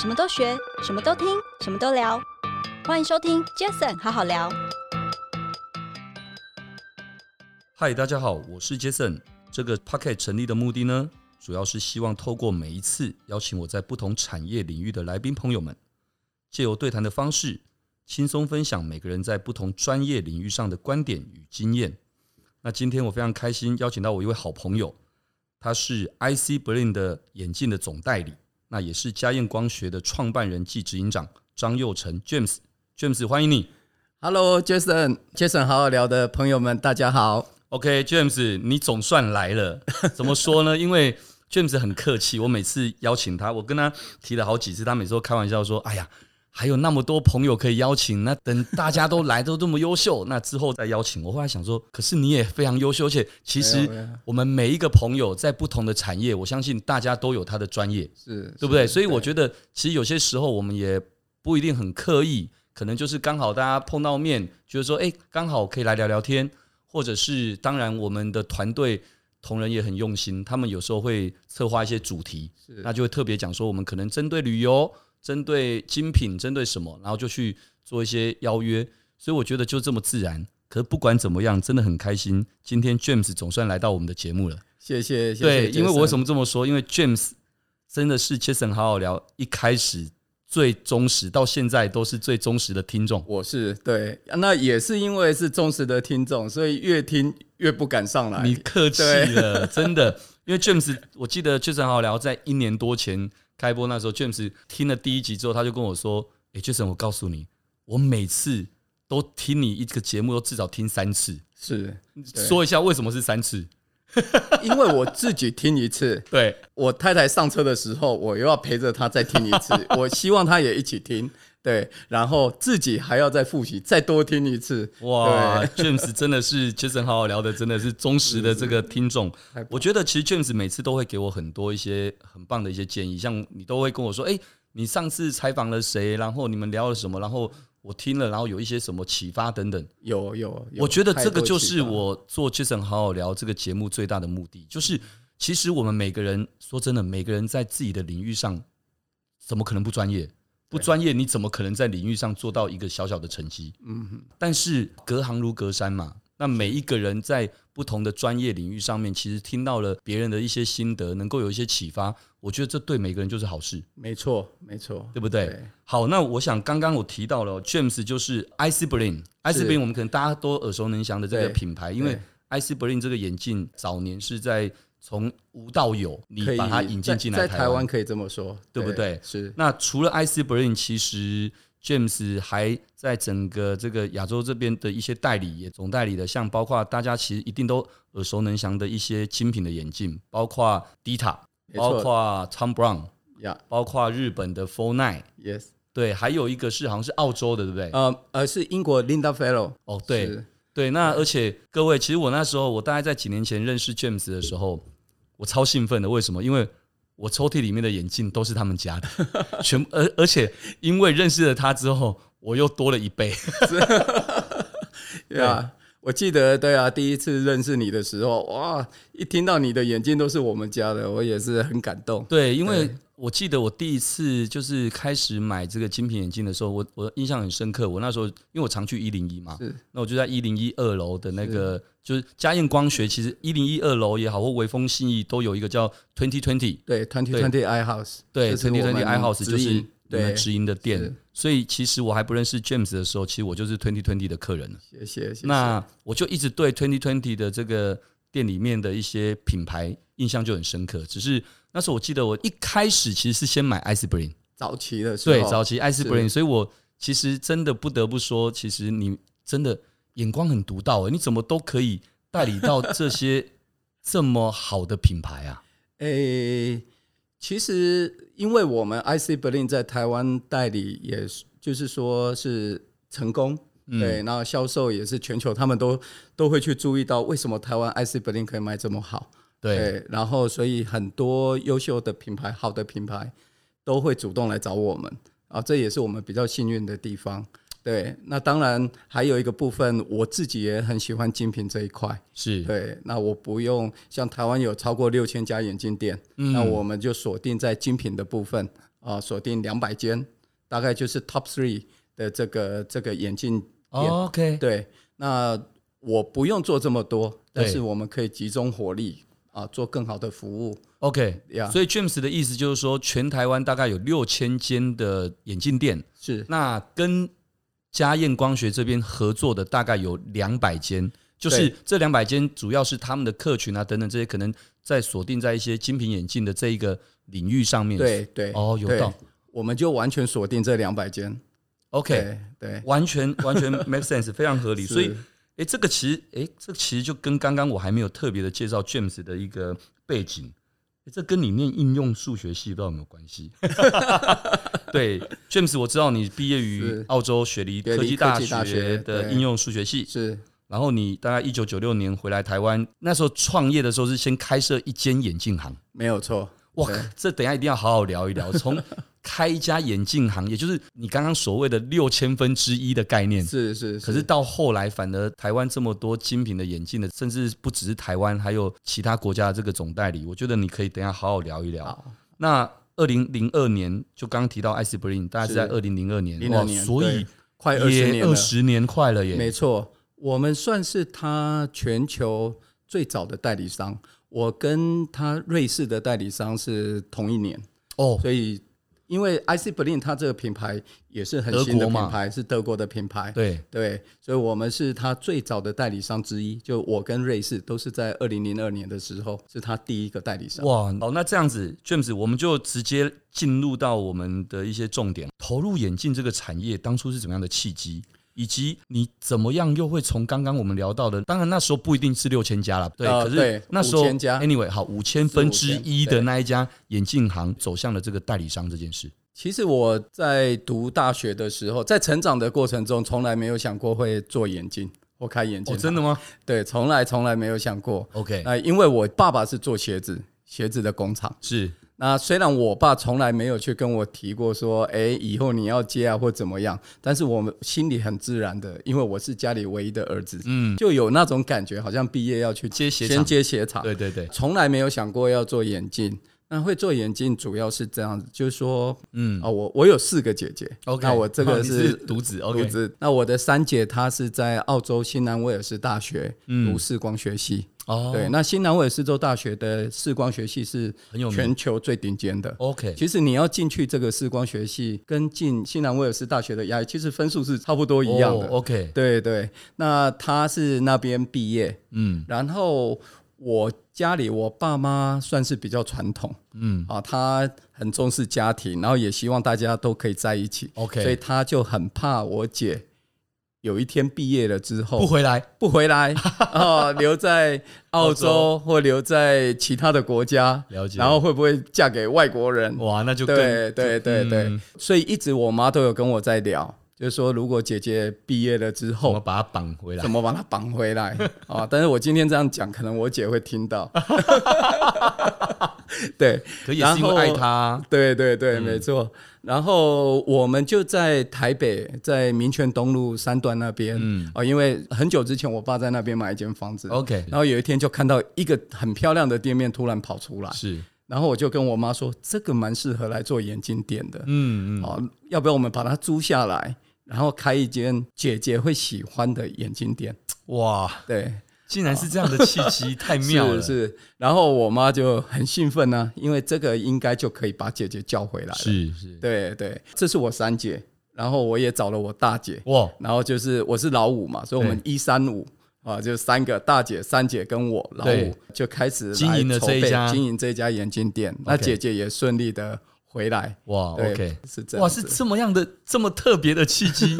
什么都学，什么都听，什么都聊。欢迎收听 Jason 好好聊。嗨，大家好，我是 Jason。这个 Pocket 成立的目的呢，主要是希望透过每一次邀请我在不同产业领域的来宾朋友们，借由对谈的方式，轻松分享每个人在不同专业领域上的观点与经验。那今天我非常开心邀请到我一位好朋友，他是 IC Brain 的眼镜的总代理，那也是嘉燕光学的创办人暨执行长张佑成 James。James，欢迎你。 Hello，Jason，Jason 好好聊的朋友们，大家好。 OK，James，、你总算来 了。怎么说呢？因为 James 很客气，我每次邀请他，我跟他提了好几次，他每次都开玩笑说：“哎呀，还有那么多朋友可以邀请，那等大家都来都这么优秀，那之后再邀请。”我后来想说，可是你也非常优秀，而且其没实有没有我们每一个朋友在不同的产业，我相信大家都有他的专业。是，对不对？所以我觉得，其实有些时候我们也不一定很刻意，可能就是刚好大家碰到面，觉得说，哎，刚好可以来聊聊天，或者是当然我们的团队同仁也很用心，他们有时候会策划一些主题，是那就会特别讲说，我们可能针对旅游、针对精品、针对什么，然后就去做一些邀约。所以我觉得就这么自然。可是不管怎么样，真的很开心，今天 James 总算来到我们的节目了。谢谢，谢对，谢。因为我为什么？么这么说？因为 James 真的是 Jason 好好聊，一开始最忠实，到现在都是最忠实的听众。我是对，那也是因为是忠实的听众，所以越听越不敢上来。你客气了， 真的。因为 James，我记得 Jason 好好聊在一年多前开播那时候，James 听了第一集之后，他就跟我说：“诶 j a s o n 我告诉你，我每次都听你一个节目，都至少听三次。是对说一下为什么是三次？ 因为我自己听一次，对，我太太上车的时候，我又要陪着她再听一 次，我希望她也一起听。对，然后自己还要再复习，再多听一次。哇，James 真的是 Jason 好好聊的，真的是忠实的这个听众太。棒我觉得其实 James 每次都会给我很多一些很棒的一些建议，像你都会跟我说，哎、你上次采访了谁，然后你们聊了什么，然后我听了，然后有一些什么启发等等。有有，有我觉得太这个多就启是发我做 Jason 好好聊这个节目最大的目的，就是其实我们每个人说真的，每个人在自己的领域上，怎么可能不专业？不专业，你怎么可能在领域上做到一个小小的成绩？嗯，但是隔行如隔山嘛。那每一个人在不同的专业领域上面，其实听到了别人的一些心得，能够有一些启发，我觉得这对每个人就是好事。没错，没错，对不对？好，那我想刚刚我提到了 James 就是 Ice Brain，Ice 是 Brain 我们可能大家都耳熟能详的这个对品牌，因为 Ice Brain 这个眼镜早年是在从无到有，你可以把它引进进来在在台湾湾。可以这么说，对不对是那除了 Ice Brain，其实 James 还在整个这个亚洲这边的一些代理也总代理的，像包括大家其实一定都耳熟能详的一些精品的眼镜，包括 Dita，没包错括 Tom Brown，呀、包括日本的 Four Nine。 y e s 对，还有一个是好像是澳洲的，对不对？呃呃，是英国 Linda Fellow，哦，对是对，那而且各位，其实我那时候，我大概在几年前认识 James 的时候，我超兴奋的。为什么？因为我抽屉里面的眼镜都是他们家的，全部而而且因为认识了他之后，我又多了一倍。 对啊。我记得，对啊，第一次认识你的时候，哇，一听到你的眼镜都是我们家的，我也是很感动。对，因为我记得我第一次就是开始买这个精品眼镜的时候，我我印象很深刻。我那时候因为我常去一零一嘛是，那我就在一零一二楼的那个就是嘉燕光学，其实一零一二楼也好，或微风信义都有一个叫 Twenty Twenty，对，Twenty Twenty I House，对这是，Twenty 我 Twenty 们 I House 直就是营你们对，直营的店是，所以其实我还不认识 James 的时候，其实我就是 Twenty Twenty 的客人了。谢谢，谢谢那我就一直对 Twenty Twenty 的这个店里面的一些品牌印象就很深刻。只是那时候我记得我一开始其实是先买 Ice Brain，早期的时候，对，早期 Ice Brain，所以我其实真的不得不说，其实你真的眼光很独到、欸，你怎么都可以代理到这些 这么好的品牌啊？诶、其实因为我们 IC Berlin 在台湾代理，也是就是说是成功，对，然后销售也是全球，他们都都会去注意到为什么台湾 IC Berlin 可以卖这么好，对，对，然后所以很多优秀的品牌、好的品牌都会主动来找我们啊，这也是我们比较幸运的地方。对，那当然还有一个部分，我自己也很喜欢精品这一块。是，对，那我不嗯用像台湾有超过六千家眼镜店，那我们就锁定在精品的部分啊，锁定两百间，大概就是 top three 的这个这个眼镜店。哦 OK，对，那我不用做这么多，但对是我们可以集中火力啊，做更好的服务。 OK，、 Yeah 所以 James 的意思就是说，全台湾大概有六千间的眼镜店，是那跟嘉燕光学这边合作的大概有两百间，就是对这两百间主要是他们的客群啊等等这些，可能在锁定在一些精品眼镜的这一个领域上面。对对哦有对道理我们就完全锁定这两百间。 ，OK，对完全完全 make sense，非常合理。是所以，诶，这个其实，诶，这其实就跟刚刚我还没有特别的介绍 James 的一个背景，诶这跟你念应用数学系不知道有没有关系？ 对，James，我知道你毕业于是澳洲雪梨雪梨科技科大技大学学的对应用数学系对，是然后你大概一九九六年回来台湾，那时候创业的时候是先开设一间眼镜行。没有错。哇对，这等一下一定要好好聊一聊，从开一家眼镜行，也就是你刚刚所谓的六千分之一的概念，是是，可是到后来，反而呃台湾这么多精品的眼镜的，甚至不只是台湾，还有其他国家的这个总代理，我觉得你可以等一下好好聊一聊。好那二零零二年就刚刚提到艾斯布林，大概是在二零零二年，零二年，所对以快二十也年二了，十年快了没耶。错，我们算是他全球最早的代理商。我跟他瑞士的代理商是同一年，哦，所以因为 IC Berlin 它这个品牌也是很德新的国嘛品牌，是德国的品牌。对，对，所以我们是他最早的代理商之一。就我跟瑞士都是在二零零二年的时候，是他第一个代理商。哇，好，那这样子，James，我们就直接进入到我们的一些重点，投入眼镜这个产业，当初是怎么样的契机？以及你怎么样又会从刚刚我们聊到的，当然那时候不一定是六千家了，对，呃可是对那时候5000家 anyway 好五千分之一四五千的对那一家眼镜行走向了这个代理商这件事。其实我在读大学的时候，在成长的过程中，从来没有想过会做眼镜或开眼镜、哦，真的？吗对，从来从来没有想过。 ？OK，呃，因为我爸爸是做鞋子，鞋子的工厂。是那虽然我爸从来没有去跟我提过说，哎，以后你要接啊或怎么样，但是我们心里很自然的，因为我是家里唯一的儿子，嗯，就有那种感觉，好像毕业要去接鞋先厂接鞋厂，对对对，从来没有想过要做眼镜。那会做眼镜主要是这样子，就是说，嗯哦，我我有四个姐姐，OK，那我这哦个 你是独子独，OK，子。那我的三姐她是在澳洲新南威尔士大学嗯读视光学系，哦，对，，那新南威尔士州大学的视光学系是很有名哦全球最顶尖的。 ，OK，其实你要进去这个视光学系，跟进新南威尔士大学的牙医，其实分数是差不多一样的。哦，OK，对对，那他是那边毕业，嗯然后我家里我爸妈算是比较传统嗯啊，他很重视家庭，然后也希望大家都可以在一起，所以，OK，他就很怕我姐有一天毕业了之后不回来，不 回来哦，留在澳洲或留在其他的国家，了解，然后会不会嫁给外国人？哇，那就更对对对对，嗯所以一直我妈都有跟我在聊，就是说如果姐姐毕业了之怎么后。把它绑回来怎？么把她绑 回来啊？但是我今天这样讲，可能我姐会听到。对可也是因为爱他啊，对对对，没错。然后我们就在台北，在民权东路三段那边，嗯哦，因为很久之前我爸在那边买一间房子， ，OK，然后有一天就看到一个很漂亮的店面突然跑出来，是，然后我就跟我妈说，这个蛮适合来做眼镜店的，嗯嗯，哦，要不要我们把它租下来，然后开一间姐姐会喜欢的眼镜店？哇，对，竟然是这样的契机，太妙了，是是。然后我妈就很兴奋呢、因为这个应该就可以把姐姐叫回来了。是是，对对，这是我三姐，然后我也找了我大姐，哇，然后就是我是老五嘛，所以我们一三五啊，就三个大姐、三姐跟我老对五就开始来经营了筹这一备家经营这一家眼镜店。那 OK 姐姐也顺利的回来，哇对，OK，是这样。哇，是这么样的这么特别的契 机。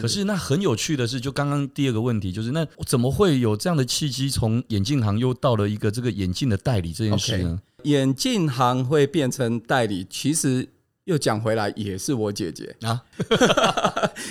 可是那很有趣的是，就刚刚第二个问题，就是那怎么会有这样的契机，从眼镜行又到了一个这个眼镜的代理这件事呢？眼镜行会变成代理，其实又讲回来，也是我姐姐，啊，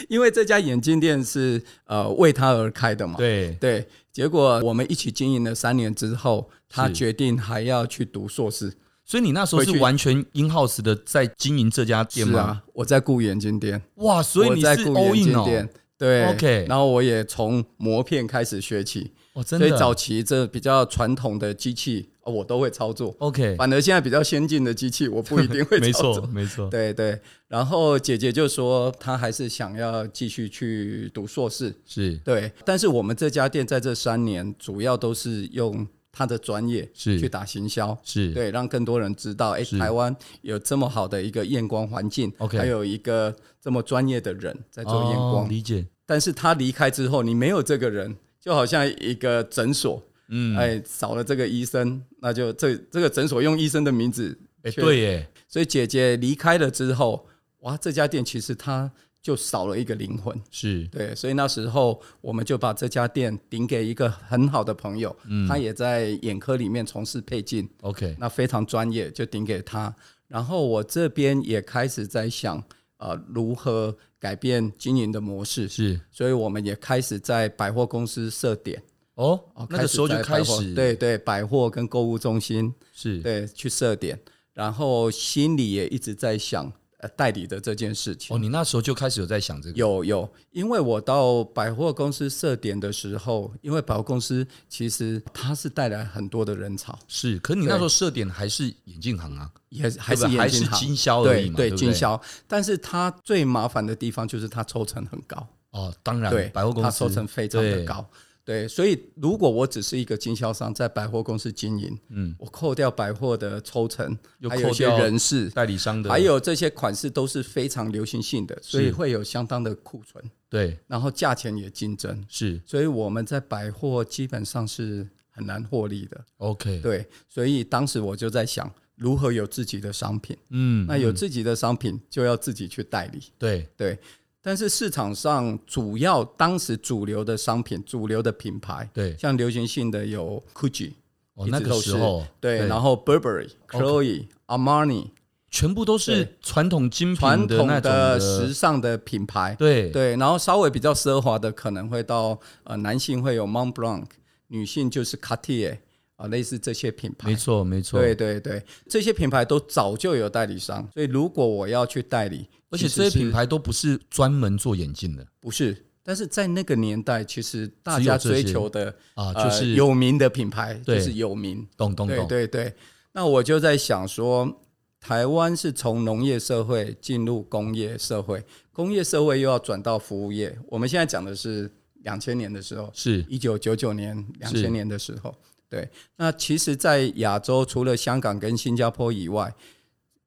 因为这家眼镜店是呃为她而开的嘛。对，对，结果我们一起经营了三年之后，她是决定还要去读硕士。所以你那时候回是去完全 in house 的在经营这家店是吗？啊，我在顾眼镜店，哇，所以我你在是顾 all 眼 in 镜哦店。对 OK 然后我也从磨片开始学起，哦，真所的，以早期这比较传统的机器，哦我都会操作。 OK，反而现在比较先进的机器，我不一定会 没操错作。没错，对对，然后姐姐就说她还是想要继续去读硕士，是对。但是我们这家店在这三年主要都是用她的专业是去打行销，是，对，让更多人知道，哎，是台湾有这么好的一个验光环境 OK 还有一个这么专业的人在做验哦光。理解，但是他离开之后，你没有这个人，就好像一个诊所，嗯，哎，哎，少了这个医生，那就这这个诊所用医生的名字，确对耶，所以姐姐离开了之后，哇，这家店其实它就少了一个灵魂。是对，所以那时候我们就把这家店顶给一个很好的朋友，嗯他也在眼科里面从事配镜， OK，那非常专业，就顶给他。然后我这边也开始在想，呃，如何改变经营的模式，是所以我们也开始在百货公司设点。哦哦，那个时候就在开百货始，对对，百货跟购物中心，是，对，去设点，然后心里也一直在想呃代理的这件事情。哦，你那时候就开始有在想这个，有有，因为我到百货公司设点的时候，因为百货公司其实它是带来很多的人潮，是，可你那时候设点还是眼镜行啊，也还对是吧眼还镜是行经销而对已嘛，不经销。但是它最麻烦的地方就是它抽成很高，哦，当对，然，百货公它司抽成非常的对高。对，所以如果我只是一个经销商，在百货公司经营，嗯，我扣掉百货的抽成，又还有扣一些掉人事，代理商的，还有这些款式都是非常流行性的，所以会有相当的库存，对然后价钱也竞争，是所以我们在百货基本上是很难获利的。 OK，对，所以当时我就在想，如何有自己的商品？嗯，那有自己的商品，就要自己去代理。对对，但是市场上主要当时主流的商品、主流的品牌，对，像流行性的有 Gucci，哦，一直那个都时是候对，然后 Burberry、Chloe、Armani，全部都是对传统精传品统那种的时尚的品牌，对对，然后稍微比较奢华的可能会到呃，男性会有 Mont Blanc，女性就是 Cartier 啊、类似这些品牌没。错没错，对对对，这些品牌都早就有代理商，所以如果我要去代理，而且其实这些是品牌都不是专门做眼镜的不是，但是在那个年代，其实大只有家这些追求的啊，就呃是有名的品牌，对就是有名。懂懂对懂，对对，那我就在想说，台湾是从农业社会进入工业社会，工业社会又要转到服务业。我们现在讲的是两千年的时候，是一九九九年、两是千年的时候。对，那其实，在亚洲除了香港跟新加坡以外，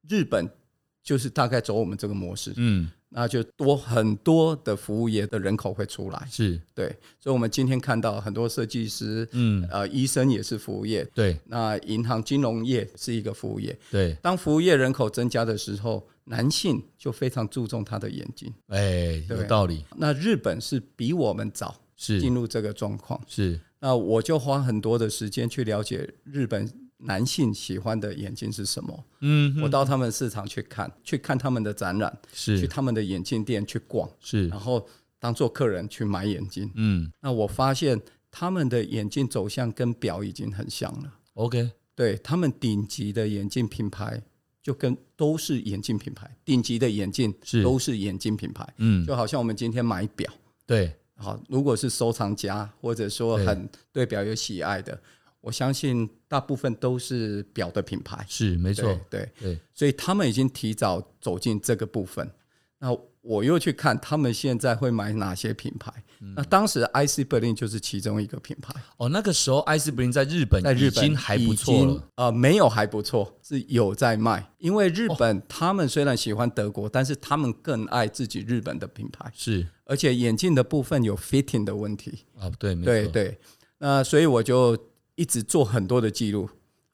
日本就是大概走我们这个模式，嗯那就多很多的服务业的人口会出来。是对，所以我们今天看到很多设计师，嗯呃，医生也是服务业，对那银行金融业是一个服务业。对，当服务业人口增加的时候，男性就非常注重他的眼睛。哎有对道理那日本是比我们早是进入这个状况，是那我就花很多的时间去了解日本男性喜欢的眼镜是什么。嗯我到他们市场去看，去看他们的展览，去啊是他们的眼镜店去逛，是然后当做客人去买眼镜。嗯那我发现他们的眼镜走向跟表已经很像了。 OK 对他们顶级的眼镜品牌，就跟都是眼镜品牌，顶级的眼镜是都是眼镜品牌，嗯就好像我们今天买表，对好，如果是收藏家或者说对很对表有喜爱的，我相信大部分都是表的品牌，是没没错对，对所以他们已经提早走进这个部分。那我又去看他们现在会买哪些品牌，嗯那当时 IC Berlin 就是其中一个品牌。哦那个时候艾斯布林在日本在日本已经还不已错经了，呃，没有还不错，是有在卖。因为日哦本、他们虽然喜欢德国，但是他们更爱自己日本的品牌，是而且眼镜的部分有 fitting 的问题。啊对没对错对，那所以我就一直做很多的记录，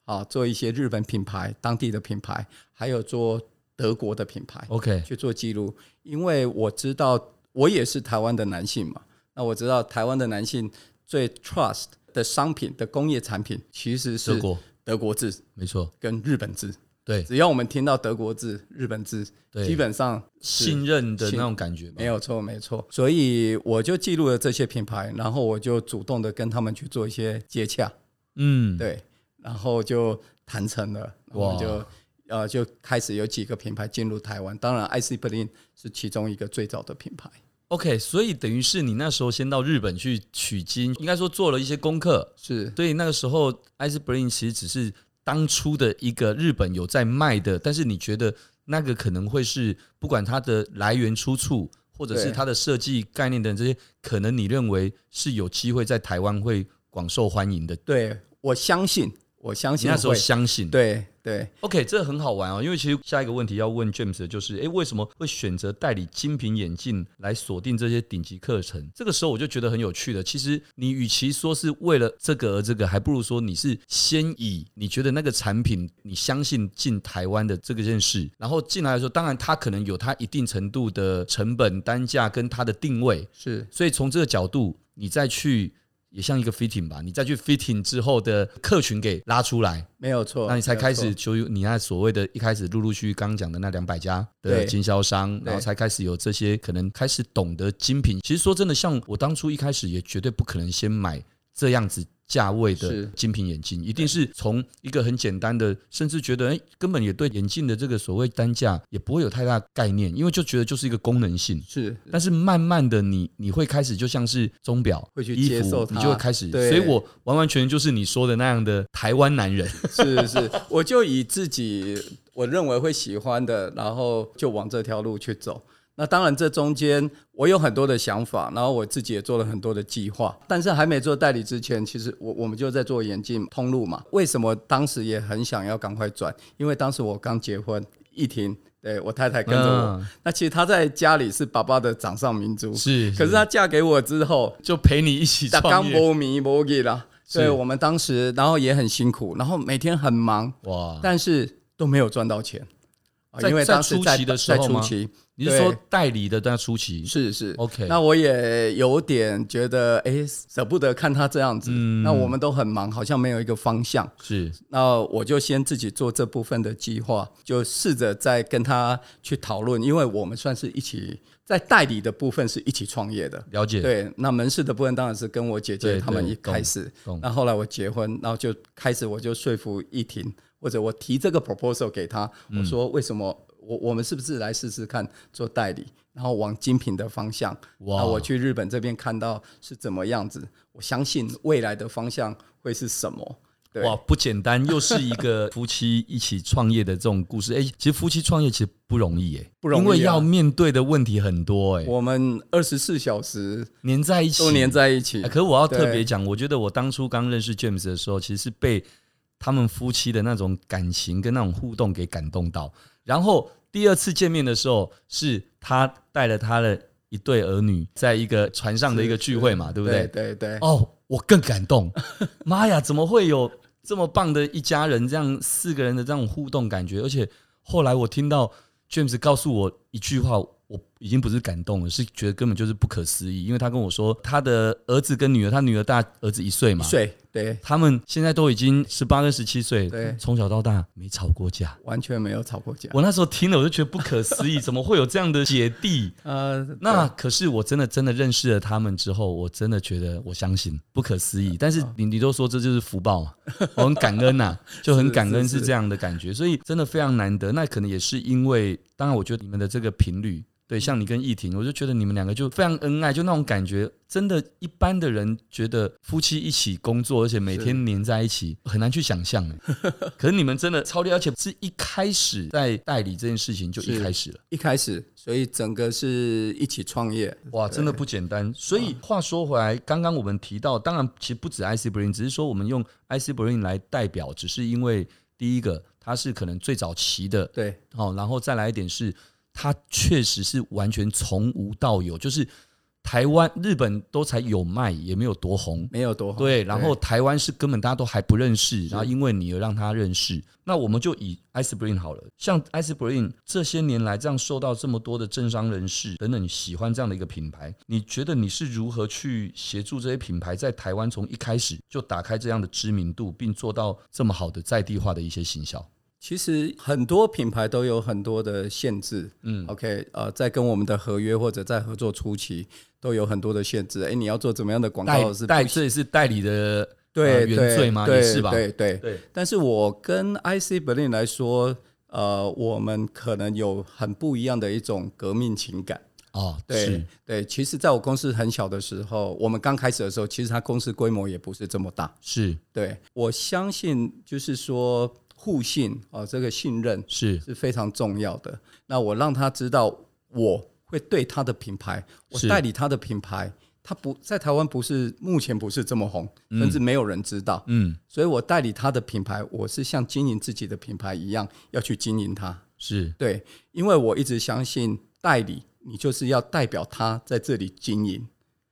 啊，做一些日本品牌、当地的品牌，还有做德国的品牌 OK 去做记录，因为我知道我也是台湾的男性嘛，那我知道台湾的男性最 trust 的商品的工业产品其实是德国德国制没错跟日本制，对只要我们听到德国制、日本制，对基本上是信任的信那种感觉吧没有错，没错。所以我就记录了这些品牌，然后我就主动的跟他们去做一些接洽，嗯对，然后就谈成了，我哇们就。呃，就开始有几个品牌进入台湾，当然，IC Berlin 是其中一个最早的品牌。 OK，所以等于是你那时候先到日本去取经，应该说做了一些功课。是所以那个时候 Ice Spring 其实只是当初的一个日本有在卖的，但是你觉得那个可能会是不管它的来源出处，或者是对它的设计概念等这些，可能你认为是有机会在台湾会广受欢迎的。对我相信，我相你信那时候会相信，对对 OK，这很好玩哦，因为其实下一个问题要问 James 的就是，诶，为什么会选择代理精品眼镜来锁定这些顶级课程？这个时候我就觉得很有趣了。其实你与其说是为了这个而这个，还不如说你是先以你觉得那个产品你相信进台湾的这个件事，然后进来的时候，当然它可能有它一定程度的成本、单价跟它的定位，是所以从这个角度，你再去。也像一个 fitting 吧，你再去 fitting 之后的客群给拉出来，没有错。那你才没有开错始就有你那所谓的一开始陆陆续续刚讲的那两百家的对经销商，然后才开始有这些可能开始懂得精品。其实说真的，像我当初一开始也绝对不可能先买这样子。价位的是精品眼镜，一定是从一个很简单的，甚至觉得哎、根本也对眼镜的这个所谓单价也不会有太大概念，因为就觉得就是一个功能性。是但是慢慢的你，你会开始就像是钟表、会去衣接服受它你就会开始。对所以我完完全全就是你说的那样的台湾男人。是是，我就以自己我认为会喜欢的，然后就往这条路去走。那当然，这中间我有很多的想法，然后我自己也做了很多的计划。但是还没做代理之前，其实我我们就在做眼镜通路嘛。为什么当时也很想要赶快转？因为当时我刚结婚，一婷，对我太 太跟着我。嗯那其实她在家里是爸爸的掌上明珠，是，可是他她嫁给我之后，就陪你一起大创刚业，波迷波给啦。是对我们当时，然后也很辛苦，然后每天很忙，哇！但是都没有赚到钱，啊啊在因为当时在初在期的时在候初吗期你是说对代理的那初期是是。 ？OK，那我也有点觉得，哎，舍不得看他这样子。嗯那我们都很忙，好像没有一个方向。是那我就先自己做这部分的计划，就试着再跟他去讨论，因为我们算是一起在代理的部分是一起创业的。了解，对，那门市的部分当然是跟我姐对姐他们对一懂开始懂，那后来我结婚，然后就开始我就说服依婷，或者我提这个 proposal 给她，嗯我说为什么我我们是不是来试试看做代理，然后往精品的方向，哇那我去日本这边看到是怎么样子，我相信未来的方向会是什么。对哇，不简单，又是一 个夫妻一起创业的这种故事。哎、其实夫妻创业其实不容易、哎，不容易啊因为要面对的问题很多、哎，我们二十四小时粘在一起，都黏在一起哎。可是我要对特别讲，我觉得我当初刚认识 James 的时候，其实是被他们夫妻的那种感情跟那种互动给感动到。然后第二次见面的时候，是他带了他的一对儿女，在一个船上的一个聚会嘛，对不对？对对， 哦，我更感动， 妈呀，怎么会有这么棒的一家人，这样四个人的这种互动感觉？而且后来我听到 James 告诉我一句话，我已经不是感动了，是觉得根本就是不可思议，因为他跟我说他的儿子跟女儿，他女儿大儿子一岁嘛，睡对，他们现在都已经十八跟十七岁，对从小到大没吵过架。完全没有吵过架。我那时候听了，我就觉得不可思 议，怎么会有这样的姐弟？呃，那可是我真的真的认识了他们之后，我真的觉得我相信不可思 议。但是你你都说这就是福报嘛，我很感恩呐、 就很感恩是是是这样的感觉，所以真的非常难得。那可能也是因为，当然我觉得你们的这个频率，对，像你跟易婷，我就觉得你们两个就非常恩爱，就那种感觉，真的，一般的人觉得夫妻一起工作，而且每天黏在一起，很难去想象。欸 可是你们真的超厉害，而且是一开始在代理这件事情就一是开始了。一开始，所以整个是一起创业。哇，真的不简单。所以话说回来，刚刚我们提到，当然其实不止 IC Brain，只是说我们用 IC Brain 来代表，只是因为第一个它是可能最早期的，对，好、然后再来一点是，它确实是完全从无到有，就是台湾、日本都才有卖，也没有多红。没有多好。对，然后台湾是根本大家都还不认识，然后因为你而让他认识。那我们就以 Ice Brain 好了，像 Ice Brain 这些年来这样受到这么多的政商人士等等喜欢这样的一个品牌，你觉得你是如何去协助这些品牌在台湾从一开始就打开这样的知名度，并做到这么好的在地化的一些行销？其实很多品牌都有很多的限制。嗯嗯，OK，呃，在跟我们的合约或者在合作初期都有很多的限制。哎，你要做怎么样的广代告是不代行这也是代理的对呃原罪吗？也是吧？对对对。对但是我跟 IC Berlin 来说，呃，我们可能有很不一样的一种革命情感。哦，对是对，其实在我公司很小的时候，我们刚开始的时候，其实它公司规模也不是这么大。是对我相信，就是说互信哦，这个信任是是非常重要的。那我让他知道我会对他的品牌，我是代理他的品牌，他不在台湾不是目前不是这么红，甚至没有人知道。嗯所以我代理他的品牌，我是像经营自己的品牌一样要去经营它。是对，因为我一直相信代理，你就是要代表他在这里经营，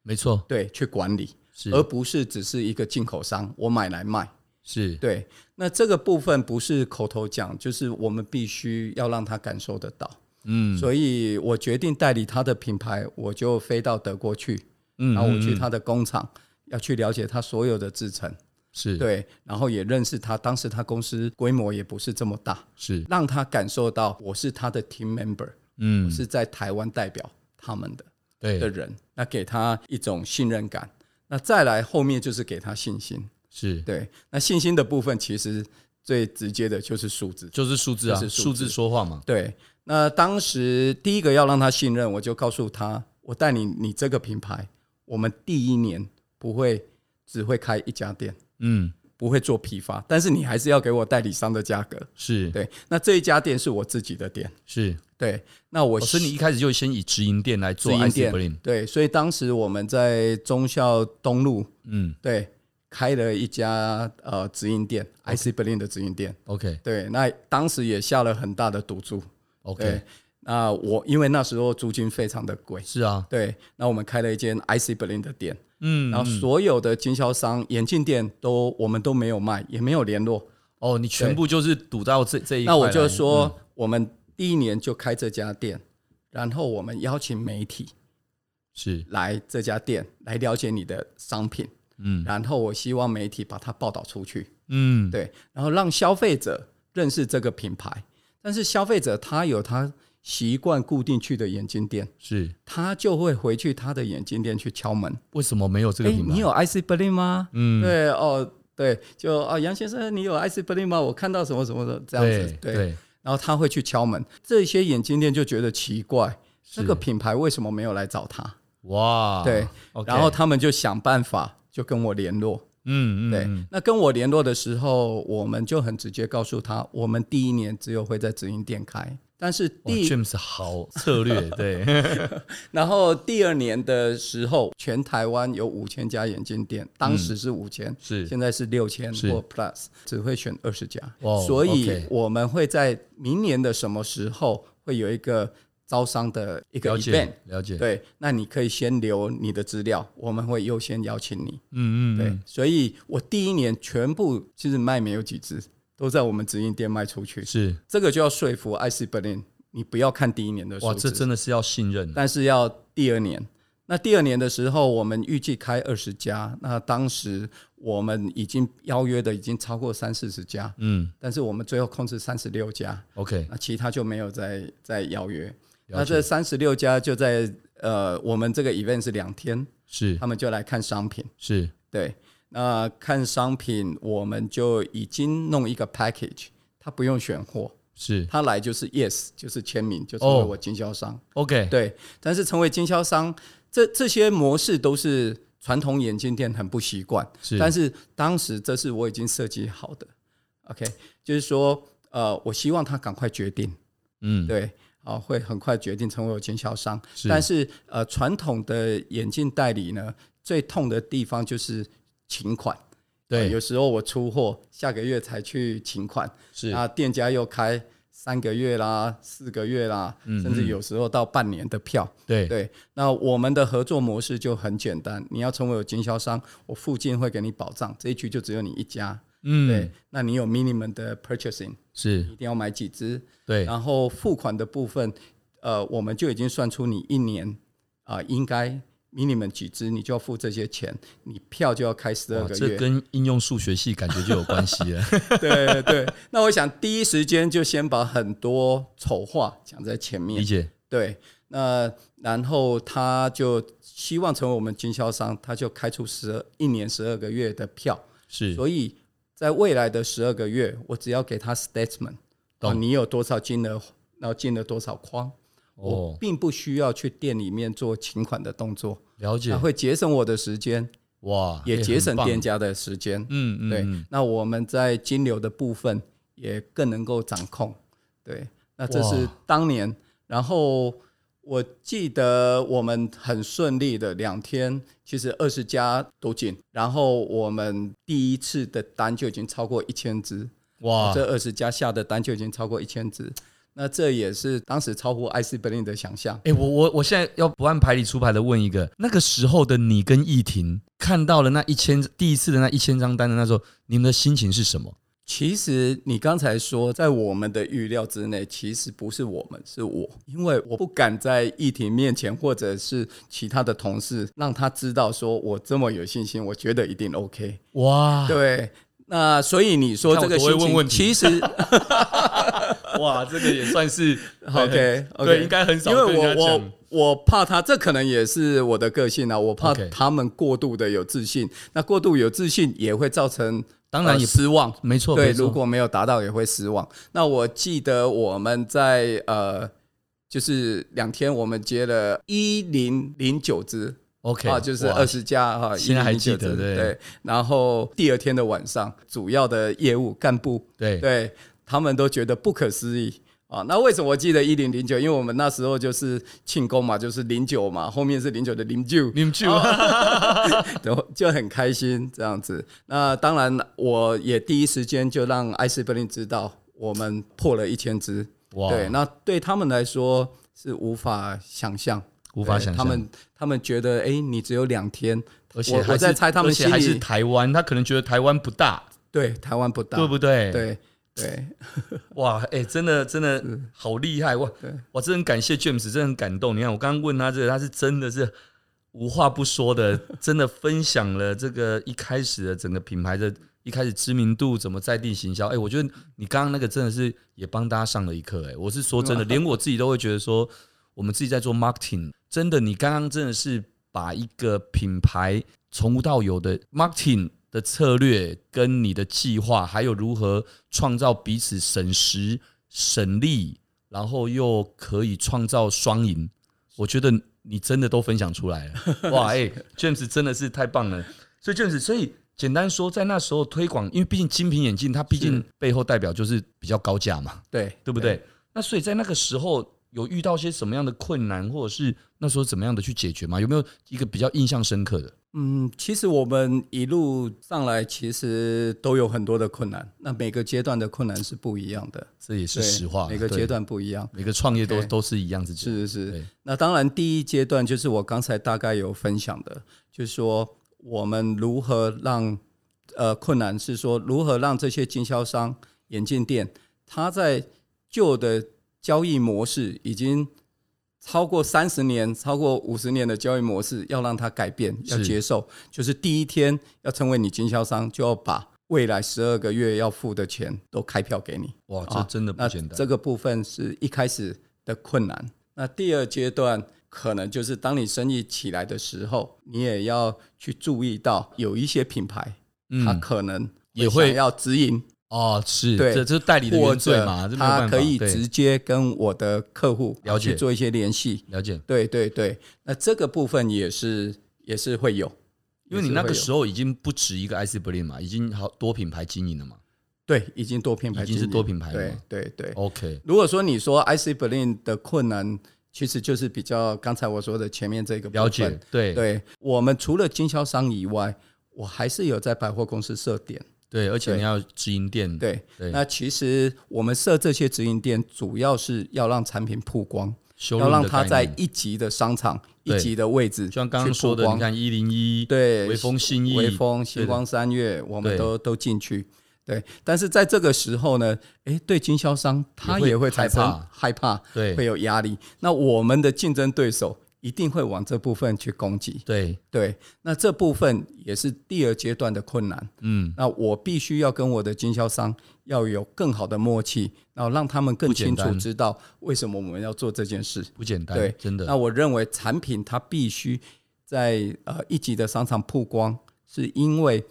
没错，对，去管理，是而不是只是一个进口商，我买来卖。是对，那这个部分不是口头讲，就是我们必须要让他感受得到。嗯所以我决定代理他的品牌，我就飞到德国去，嗯，然后我去嗯嗯他的工厂，要去了解他所有的制成，是对，然后也认识他。当时他公司规模也不是这么大，是让他感受到我是他的 team member，嗯是在台湾代表他们的的对人，那给他一种信任感。那再来后面就是给他信心，是对，那信心的部分其实最直接的就是数字。就是数字啊，就是数数字字说话嘛，对，那当时第一个要让他信任，我就告诉他，我带你你这个品牌，我们第一年不会只会开一家店，嗯不会做批发，但是你还是要给我代理商的价格。是对，那这一家店是我自己的店。是，对，那我哦所以你一开始就先以直营店来做直营 IC 店 Berlin，对，所以当时我们在忠孝东路嗯对开了一家呃直营店，IC Berlin 的直营店。 ，OK 对，那当时也下了很大的赌注。对 OK，，那我因为那时候租金非常的贵，是啊，对，那我们开了一间 IC Berlin 的店，嗯，然后嗯所有的经销商、眼镜店都我们都没有卖，也没有联络。哦，你全部就是赌到这这一块那来，我就说，我们第一年就开这家店，然后我们邀请媒体是来这家店来了解你的商品，嗯然后我希望媒体把它报道出去。嗯对，然后让消费者认识这个品牌。但是消费者他有他习惯固定去的眼镜店，是他就会回去他的眼镜店去敲门。为什么没有这个哎，品牌？你有 IC Berlin 吗？嗯对哦，对，就啊，杨先生，你有 IC Berlin 吗？我看到什么什么的这样子，对对。然后他会去敲门，这些眼镜店就觉得奇怪，这个品牌为什么没有来找他？哇对 OK 然后他们就想办法就跟我联络。嗯嗯对，嗯那跟我联络的时候，我们就很直接告诉他，我们第一年只有会在直营店开，但是哇第，James 好策略， 对，然后第二年的时候，全台湾有五千家眼镜店，当时是五千、是现在是六千嗯是或 Plus，只会选二十家，哇所以 OK 我们会在明年的什么时候会有一个招商的一个了 event。解了解，对，那你可以先留你的资料，我们会优先邀请你。嗯嗯对，嗯所以我第一年全部其实卖没有几只，都在我们直营店卖出去。是这个就要说服 IC Berlin，你不要看第一年的数哇，这字，真的是要信任，啊但是要第二年。那第二年的时候，我们预计开二十家，那当时我们已经邀约的已经超过三四十家，嗯但是我们最后控制三十六家， ，OK，那其他就没有再再邀约。那了这解三十六家就在呃，我们这个 event 是两天，是他们就来看商品。是对，那看商品，我们就已经弄一个 package，他不用选货，是他来就是 yes，就是签名，就成哦为我经销商。 OK，对，但是成为经销商，这这些模式都是传统眼镜店很不习惯，是但是当时这是我已经设计好的。OK，就是说，呃，我希望他赶快决定，嗯对，啊、会很快决定成为我经销商。是但是呃，传统的眼镜代理呢，最痛的地方就是请款。呃有对时候我出货下个月才去请款，是啊，店家又开三个月啦、四个月啦，嗯甚至有时候到半年的票。对对，那我们的合作模式就很简单，你要成为我经销商，我附近会给你保障，这一区就只有你一家。对，嗯那你有 minimum 的 purchasing，是一定要买几支，对然后付款的部分，呃，我们就已经算出你一年啊、应该 minimum 几支，你就要付这些钱，你票就要开十二哇，个这月。跟应用数学系感觉就有关系 了，对对，那我想第一时间就先把很多丑话讲在前理面。解对，那然后他就希望成为我们经销商，他就开出十二一年十二个月的票，是所以在未来的十二个月，我只要给他 statement，哦，懂你有多少金额，然后进了多少框，哦我并不需要去店里面做请款的动作，了解它会节省我的时间，哇，也哎节省很棒店家的时间。嗯嗯对嗯，那我们在金流的部分也更能够掌控。对，那这是哇当年。然后我记得我们很顺利的两天，其实二十家都进，然后我们第一次的单就已经超过一千只，哇，这二十家下的单就已经超过一千只。那这也是当时超乎 IC Berlin 的想象。哎、我我我现在要不按牌理出牌的问一个，那个时候的你跟易婷看到了那一千第一次的那一千张单的那时候，你们的心情是什么？其实你刚才说在我们的预料之内，其实不是我们，是我，因为我不敢在议题面前或者是其他的同事让他知道说我这么有信心，我觉得一定 OK。 哇，对，那所以你说你看这个我多会心情，问问题 其实哇，这个也算是 OK，对，应该很少因跟为人家我讲。我我怕他，这可能也是我的个性啊，我怕 OK 他们过度的有自信，那过度有自信也会造成当然呃也不失望。没错，对，没错如果没有达到也会失望。那我记得我们在呃，就是两天我们接了一零零九只 OK 啊，就是哇二十家啊哈，现在还记1009得只对对。然后第二天的晚上，主要的业务干部对对他们都觉得不可思议。啊，那为什么我记得一零零九？因为我们那时候就是庆功嘛，就是零九嘛，后面是零九的零九，你们去吧 然后就很开心这样子。那当然，我也第一时间就让艾斯伯林知道我们破了一千只。哇，对，那对他们来说是无法想象，无法想象。对他们他们觉得，哎、你只有两天，而且我还我在是猜他们而且心还是里台湾，他可能觉得台湾不大，对台湾不大，对不对？，对对哇，哎、真的真的好厉害哇对！我真的很感谢 James，真的很感动。你看，我刚刚问他这个，他是真的是无话不说的，真的分享了这个一开始的整个品牌的一开始知名度，怎么在地行销。哎、我觉得你刚刚那个真的是也帮大家上了一课。哎，我是说真的，连我自己都会觉得说，我们自己在做 marketing，真的，你刚刚真的是把一个品牌从无到有的 marketing 的策略，跟你的计划，还有如何创造彼此省时省力，然后又可以创造双赢，我觉得你真的都分享出来 了。哇，哎、j a m e s 真的是太棒了。所以 James，所以简单说，在那时候推广，因为毕竟精品眼镜，它毕竟是背后代表就是比较高价嘛。对对不对？？那所以在那个时候有遇到些什么样的困难，或者是那时候怎么样的去解决吗？有没有一个比较印象深刻的？嗯，其实我们一路上来，其实都有很多的困难，那每个阶段的困难是不一样的，这也是对实话，每个对阶段不一样。每个创业都 OK 都是一样子。是是对是。那当然，第一阶段就是我刚才大概有分享的，就是说我们如何让呃困难是说如何让这些经销商、眼镜店，他在旧的交易模式已经。超过三十年、超过五十年的交易模式，要让它改变，要是接受，就是第一天要成为你经销商，就要把未来十二个月要付的钱都开票给你。哇，这啊真的不那简单。这个部分是一开始的困难。那第二阶段可能就是当你生意起来的时候，你也要去注意到有一些品牌，它嗯，可能也会想要直营，哦，是，对这这是代理的或原罪者嘛，这没有它办法。可以对直接跟我的客户了解去做一些联系。了解，对对对，那这个部分也是也是会有，因为你那个时候候已经不止一个 IC Berlin 嘛，已经好多品牌经营了嘛。对已经多品牌已经经是营多品牌了对嘛对对。 OK，如果说你说 IC Berlin 的困难，其实就是比较刚才我说的前面这个部分了解，对对我们除了经销商以外，我还是有在百货公司设点。对，而且对你要直营店，对，对，那其实我们设这些直营店，主要是要让产品曝光，修要让它它在一级的商场、一级的位置去就曝光，像刚刚说的，你看一零一，对，微风信义，微风、对星的光三月，我们对都都进去。对，但是在这个时候呢，诶，对经销商他也会也会害产生怕害怕，对会有压力。那我们的竞争对手一定会往这部分去攻击。对，对，那这部分也是第二阶段的困难。嗯，那我必须要跟我的经销商要有更好的默契，然后让他们更不简清楚单知道为什么我们要做这件事。不简单，对真的那。我认为产品它必须在呃一级的商场曝光，是因为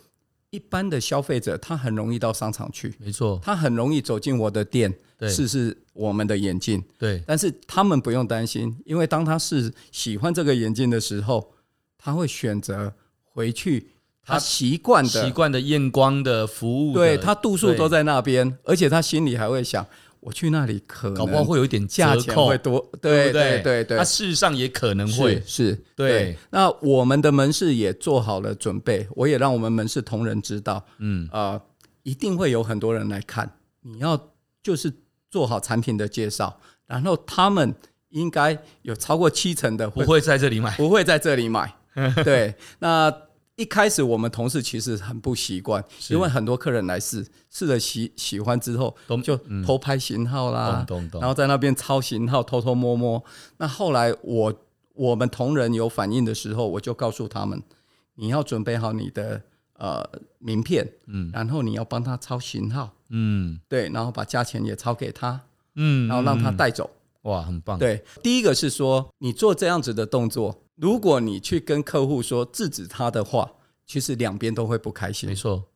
一般的消费者他很容易到商场去，没错，他很容易走进我的店对试试我们的眼镜，对，但是他们不用担心，因为当他是喜欢这个眼镜的时候，他会选择回去他他习惯的习惯的验光的服务的，对他度数对，都在那边，而且他心里还会想，我去那里可能搞不好会有一点价折钱扣会，多，对对不对对对他，事实上也可能是会，是，对那我们的门市也做好了准备，我也让我们门市同仁知道，嗯，呃，一定会有很多人来看，你要就是做好产品的介绍，然后他们应该有超过七成的不会会在这里买，不会在这里 买。对，那一开始我们同事其实很不习惯，是因为很多客人来试，试了喜喜欢之后都，嗯就偷拍型号啦，懂懂懂啊然后在那边抄型号，偷偷摸摸。那后来我我们同仁有反应的时候，我就告诉他们，你要准备好你的呃名片，嗯然后你要帮他抄型号，嗯对，然后把价钱也抄给他，嗯，然后让他嗯，带走。哇，很棒，对，第一个是说你做这样子的动作，如果你去跟客户说制止他的话，其实两边都会不开没心。错，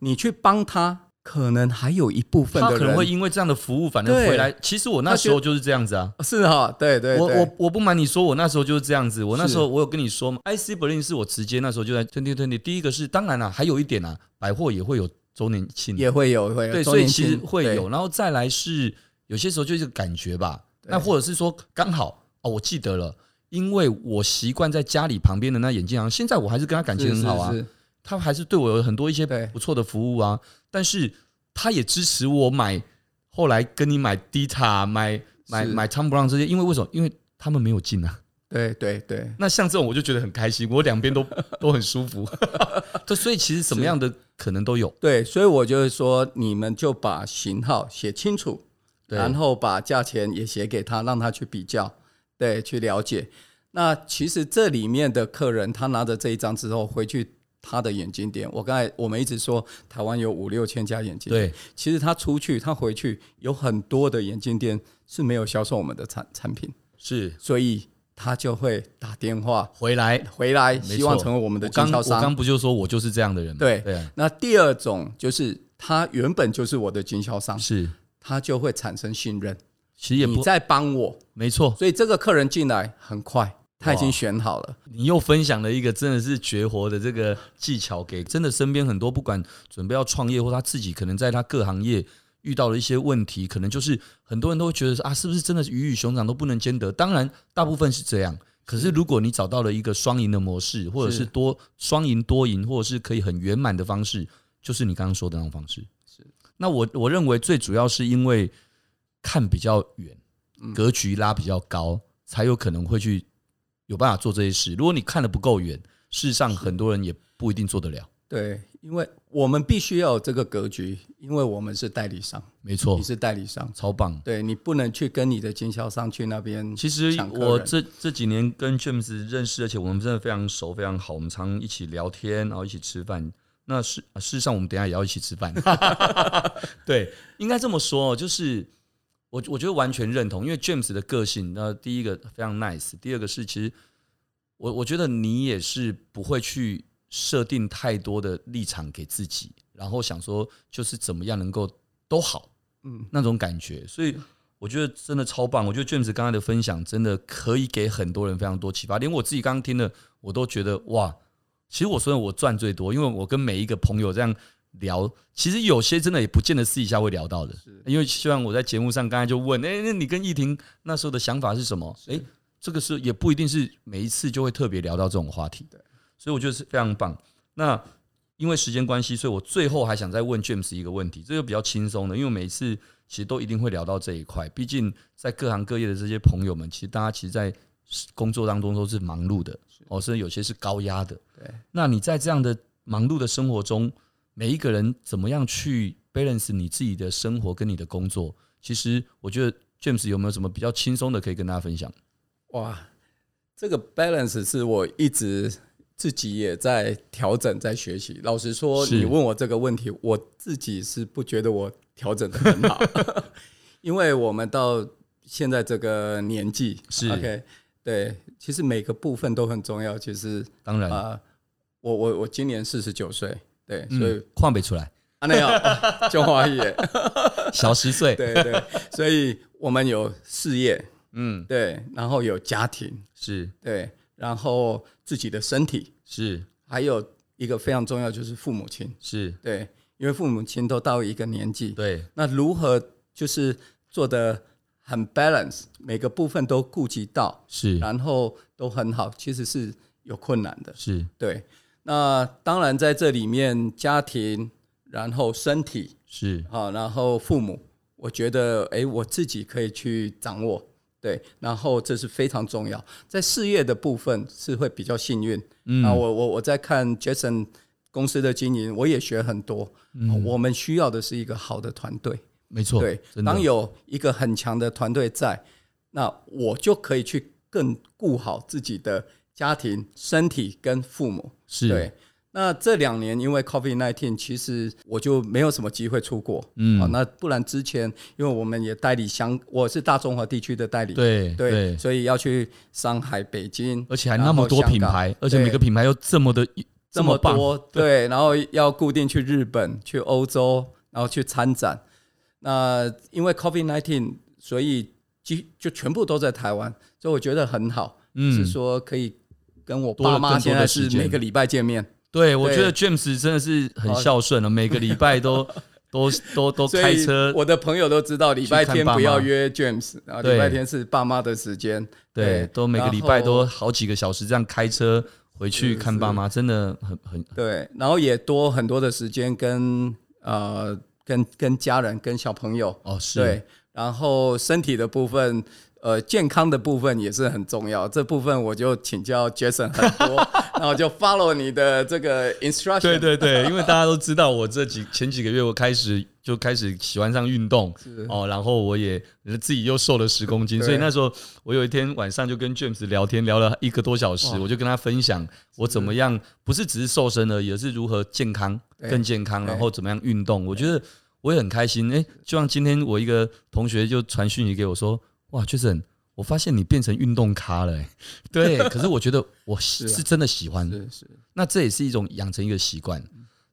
你去帮他，可能还有一部分他的人可能会因为这样的服务，反正对回来。其实我那他觉时得候就是这样子啊。是哈、对对我对我我不瞒你说，我那时候就是这样子。我那是时候我有跟你说嘛，IC Berlin 是我直接那时候就在 twenty twenty。第一个是当然啦、还有一点啊，百货也会有周年庆，也会有会有对，周所以年其实庆会对有。然后再来是有些时候就是感觉吧，那或者是说刚好哦，我记得了，因为我习惯在家里旁边的那眼镜行，现在我还是跟他感情很好啊。是是是他还是对我有很多一些对不错的服务啊。但是他也支持我买，后来跟你买 Dita、买买是买 Tom Brown 这些，因为为什么？因为他们没有进啊。对对对 那像这种我就觉得很开心，我两边都 都很舒服。 对，所以其实什么样的可能都有。对，所以我就是说，你们就把型号写清楚，对然后把价钱也写给他，让他去比较，对，去了解。那其实这里面的客人，他拿着这一张之后回去他的眼镜店，我刚才我们一直说台湾有五六千家眼镜店，对，其实他出去，他回去有很多的眼镜店是没有销售我们的产产品，是所以他就会打电话回来。回来，没错希望成为我们的我经刚销我商。刚不就说我就是这样的人吗？对对啊，那第二种就是他原本就是我的经销商，是，他就会产生信任，其实也你不在帮我，没错。所以这个客人进来很快，他已经选好了，你又分享了一个真的是绝活的这个技巧给真的身边很多不管准备要创业或他自己可能在他各行业遇到了一些问题，可能就是很多人都会觉得说啊，是不是真的是鱼与熊掌都不能兼得？当然，大部分是这样。可是如果你找到了一个双赢的模式，或者是是多双赢多赢，或者是可以很圆满的方式，就是你刚刚说的那种方式。是，那我我认为最主要是因为看比较远，格局拉比较高，才有可能会去有办法做这些事。如果你看的不够远，事实上很多人也不一定做得了。对，因为我们必须要有这个格局，因为我们是代理商，没错你，是代理商，超棒。对你不能去跟你的经销商去那边，其实抢客人我这这几年跟 James 认识，而且我们真的非常熟，非常好，我们常一起聊天，然后一起吃饭。那事啊事实上，我们等一下也要一起吃 饭。对，应该这么说，哦就是我我觉得完全认同，因为 James 的个性，那第一个非常 nice，第二个是其实我我觉得你也是不会去设定太多的立场给自己，然后想说就是怎么样能够都好，嗯，那种感觉，所以我觉得真的超棒。我觉得 James 刚才的分享真的可以给很多人非常多启发，连我自己刚刚听的，我都觉得哇，其实我虽然我赚最多，因为我跟每一个朋友这样聊，其实有些真的也不见得私底下会聊到的，因为虽然我在节目上刚才就问，哎、那你跟易婷那时候的想法是什么？哎、这个是也不一定是每一次就会特别聊到这种话题，所以我觉得是非常棒。那因为时间关系，所以我最后还想再问 James 一个问题，这个比较轻松的，因为每一次其实都一定会聊到这一块，毕竟在各行各业的这些朋友们，其实大家其实，在工作当中都是忙碌的，哦，甚至有些是高压的。对，那你在这样的忙碌的生活中，每一个人怎么样去 balance 你自己的生活跟你的工作？其实我觉得 James 有没有什么比较轻松的可以跟大家分享？哇，这个 balance 是我一直自己也在调整，在学习。老实说，是你问我这个问题，我自己是不觉得我调整的很 好，因为我们到现在这个年纪，是 OK，对，其实每个部分都很重要。其实当然，啊、呃我我我今年四十九岁，对，嗯所以跨北出 来，啊那样中华也小十岁，对对，所以我们有事业，嗯，对，然后有家庭，是对，然后自己的身体，是还有一个非常重要就是父母亲，是，对，因为父母亲都到一个年纪，对，那如何就是做的很 balance，每个部分都顾及到，是然后都很好，其实是有困难的。是对，那当然在这里面，家庭，然后身体，是好，然后父母，我觉得诶，我自己可以去掌握。对，然后这是非常重要，在事业的部分是会比较幸运。嗯，啊，我我我在看 Jason 公司的经营，我也学很多。嗯，我们需要的是一个好的团队。没错，对，哦真的当有一个很强的团队在，那我就可以去更顾好自己的家庭、身体跟父母。是对，那这两年因为 COVID nineteen，其实我就没有什么机会出国。嗯好、哦那不然之前因为我们也代理香，我是大中华地区的代理，对对，所以要去上海、北京，而且还那么多然后品香港牌，而且对每个品牌又这么的这么棒，多，对，然后要固定去日本、去欧洲，然后去参展。那因为 COVID nineteen，所以几就全部都在台湾，所以我觉得很好，嗯是说可以跟我多了爸妈更多现的在时是间每个礼拜见面，对我对觉得 James 真的是很孝顺了，每个礼拜 都都都都所开以车，我的朋友都知道礼拜天不要约 James，然后对礼拜天是爸妈的时间，对，都每个礼拜然后都好几个小时这样开车回去看爸妈，真的很很对，然后也多很多的时间跟呃跟跟家人、跟小朋友，哦是对，然后身体的部分，呃，健康的部分也是很重要。这部分我就请教 Jason 很多， 然后就 follow 你的这个 instruction。对对对，因为大家都知道，我这几前几个月我开始就开始喜欢上运动哦，然后我也自己又瘦了十公斤，对所以那时候我有一天晚上就跟 James 聊天，聊了一个多小时，我就跟他分享我怎么样，不是只是瘦身而已，而是如何健康、对更健康，对然后怎么样运动。我觉得我也很开心，诶，就像今天我一个同学就传讯息给我说，哇，Jason。我发现你变成运动咖了、诶对，可是我觉得我是啊是真的喜欢，是是，那这也是一种养成一个习惯。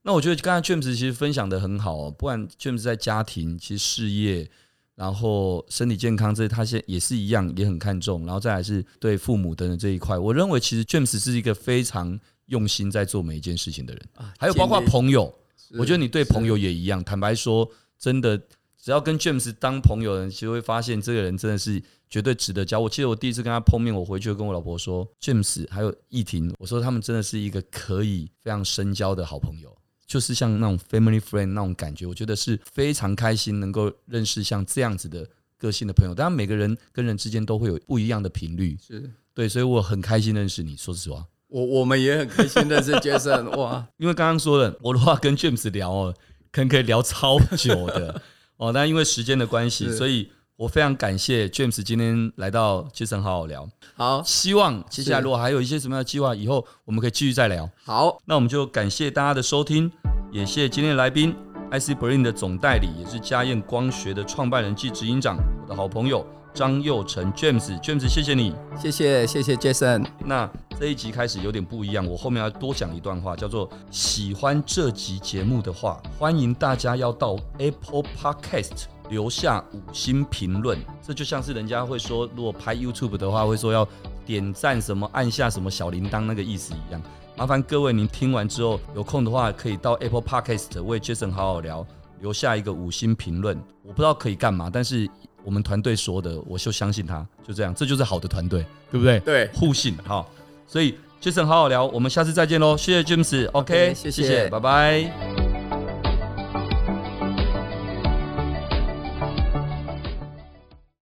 那我觉得刚才 James 其实分享的很好哦，不管 James 在家庭、其实事业，然后身体健康这他现也是一样，也很看重，然后再来是对父母等等这一块，我认为其实 James 是一个非常用心在做每一件事情的人，啊还有包括尽力朋友，是我觉得你对朋友也一样。坦白说，真的，只要跟 James 当朋友的人，其实会发现这个人真的是绝对值得交。我记得我第一次跟他碰面，我回去跟我老婆说，James 还有易婷，我说他们真的是一个可以非常深交的好朋友。就是像那种 family friend 那种感觉，我觉得是非常开心能够认识像这样子的个性的朋友。当然，每个人跟人之间都会有不一样的频率，是对，所以我很开心认识你。说实话，我我们也很开心认识 Jason，哇，因为刚刚说了，我的话跟 James 聊哦，可能可以聊超久的哦。但因为时间的关系，是所以我非常感谢 James 今天来到《杰森好好聊》。好希望接下来如果还有一些什么样的计划，以后我们可以继续再聊。好，那我们就感谢大家的收听，也谢谢今天的来宾，IC Brain 的总代理，也是嘉燕光学的创办人暨执行长，我的好朋友张佑成 James。James，谢谢你。谢谢谢谢 Jason，那这一集开始有点不一样，我后面要多讲一段话，叫做“喜欢这集节目的话，欢迎大家要到 Apple Podcast 留下五星评论。这就像是人家会说，如果拍 YouTube 的话，会说要点赞什么，按下什么小铃铛那个意思一样。麻烦各位，您听完之后有空的话，可以到 Apple Podcast 为 Jason 好好聊留下一个五星评论。我不知道可以干嘛，但是我们团队说的，我就相信他，就这样，这就是好的团队，对不对？对互信哈。所以 Jason 好好聊，我们下次再见喽，谢谢 James，OK，、 OK，谢谢谢，拜拜。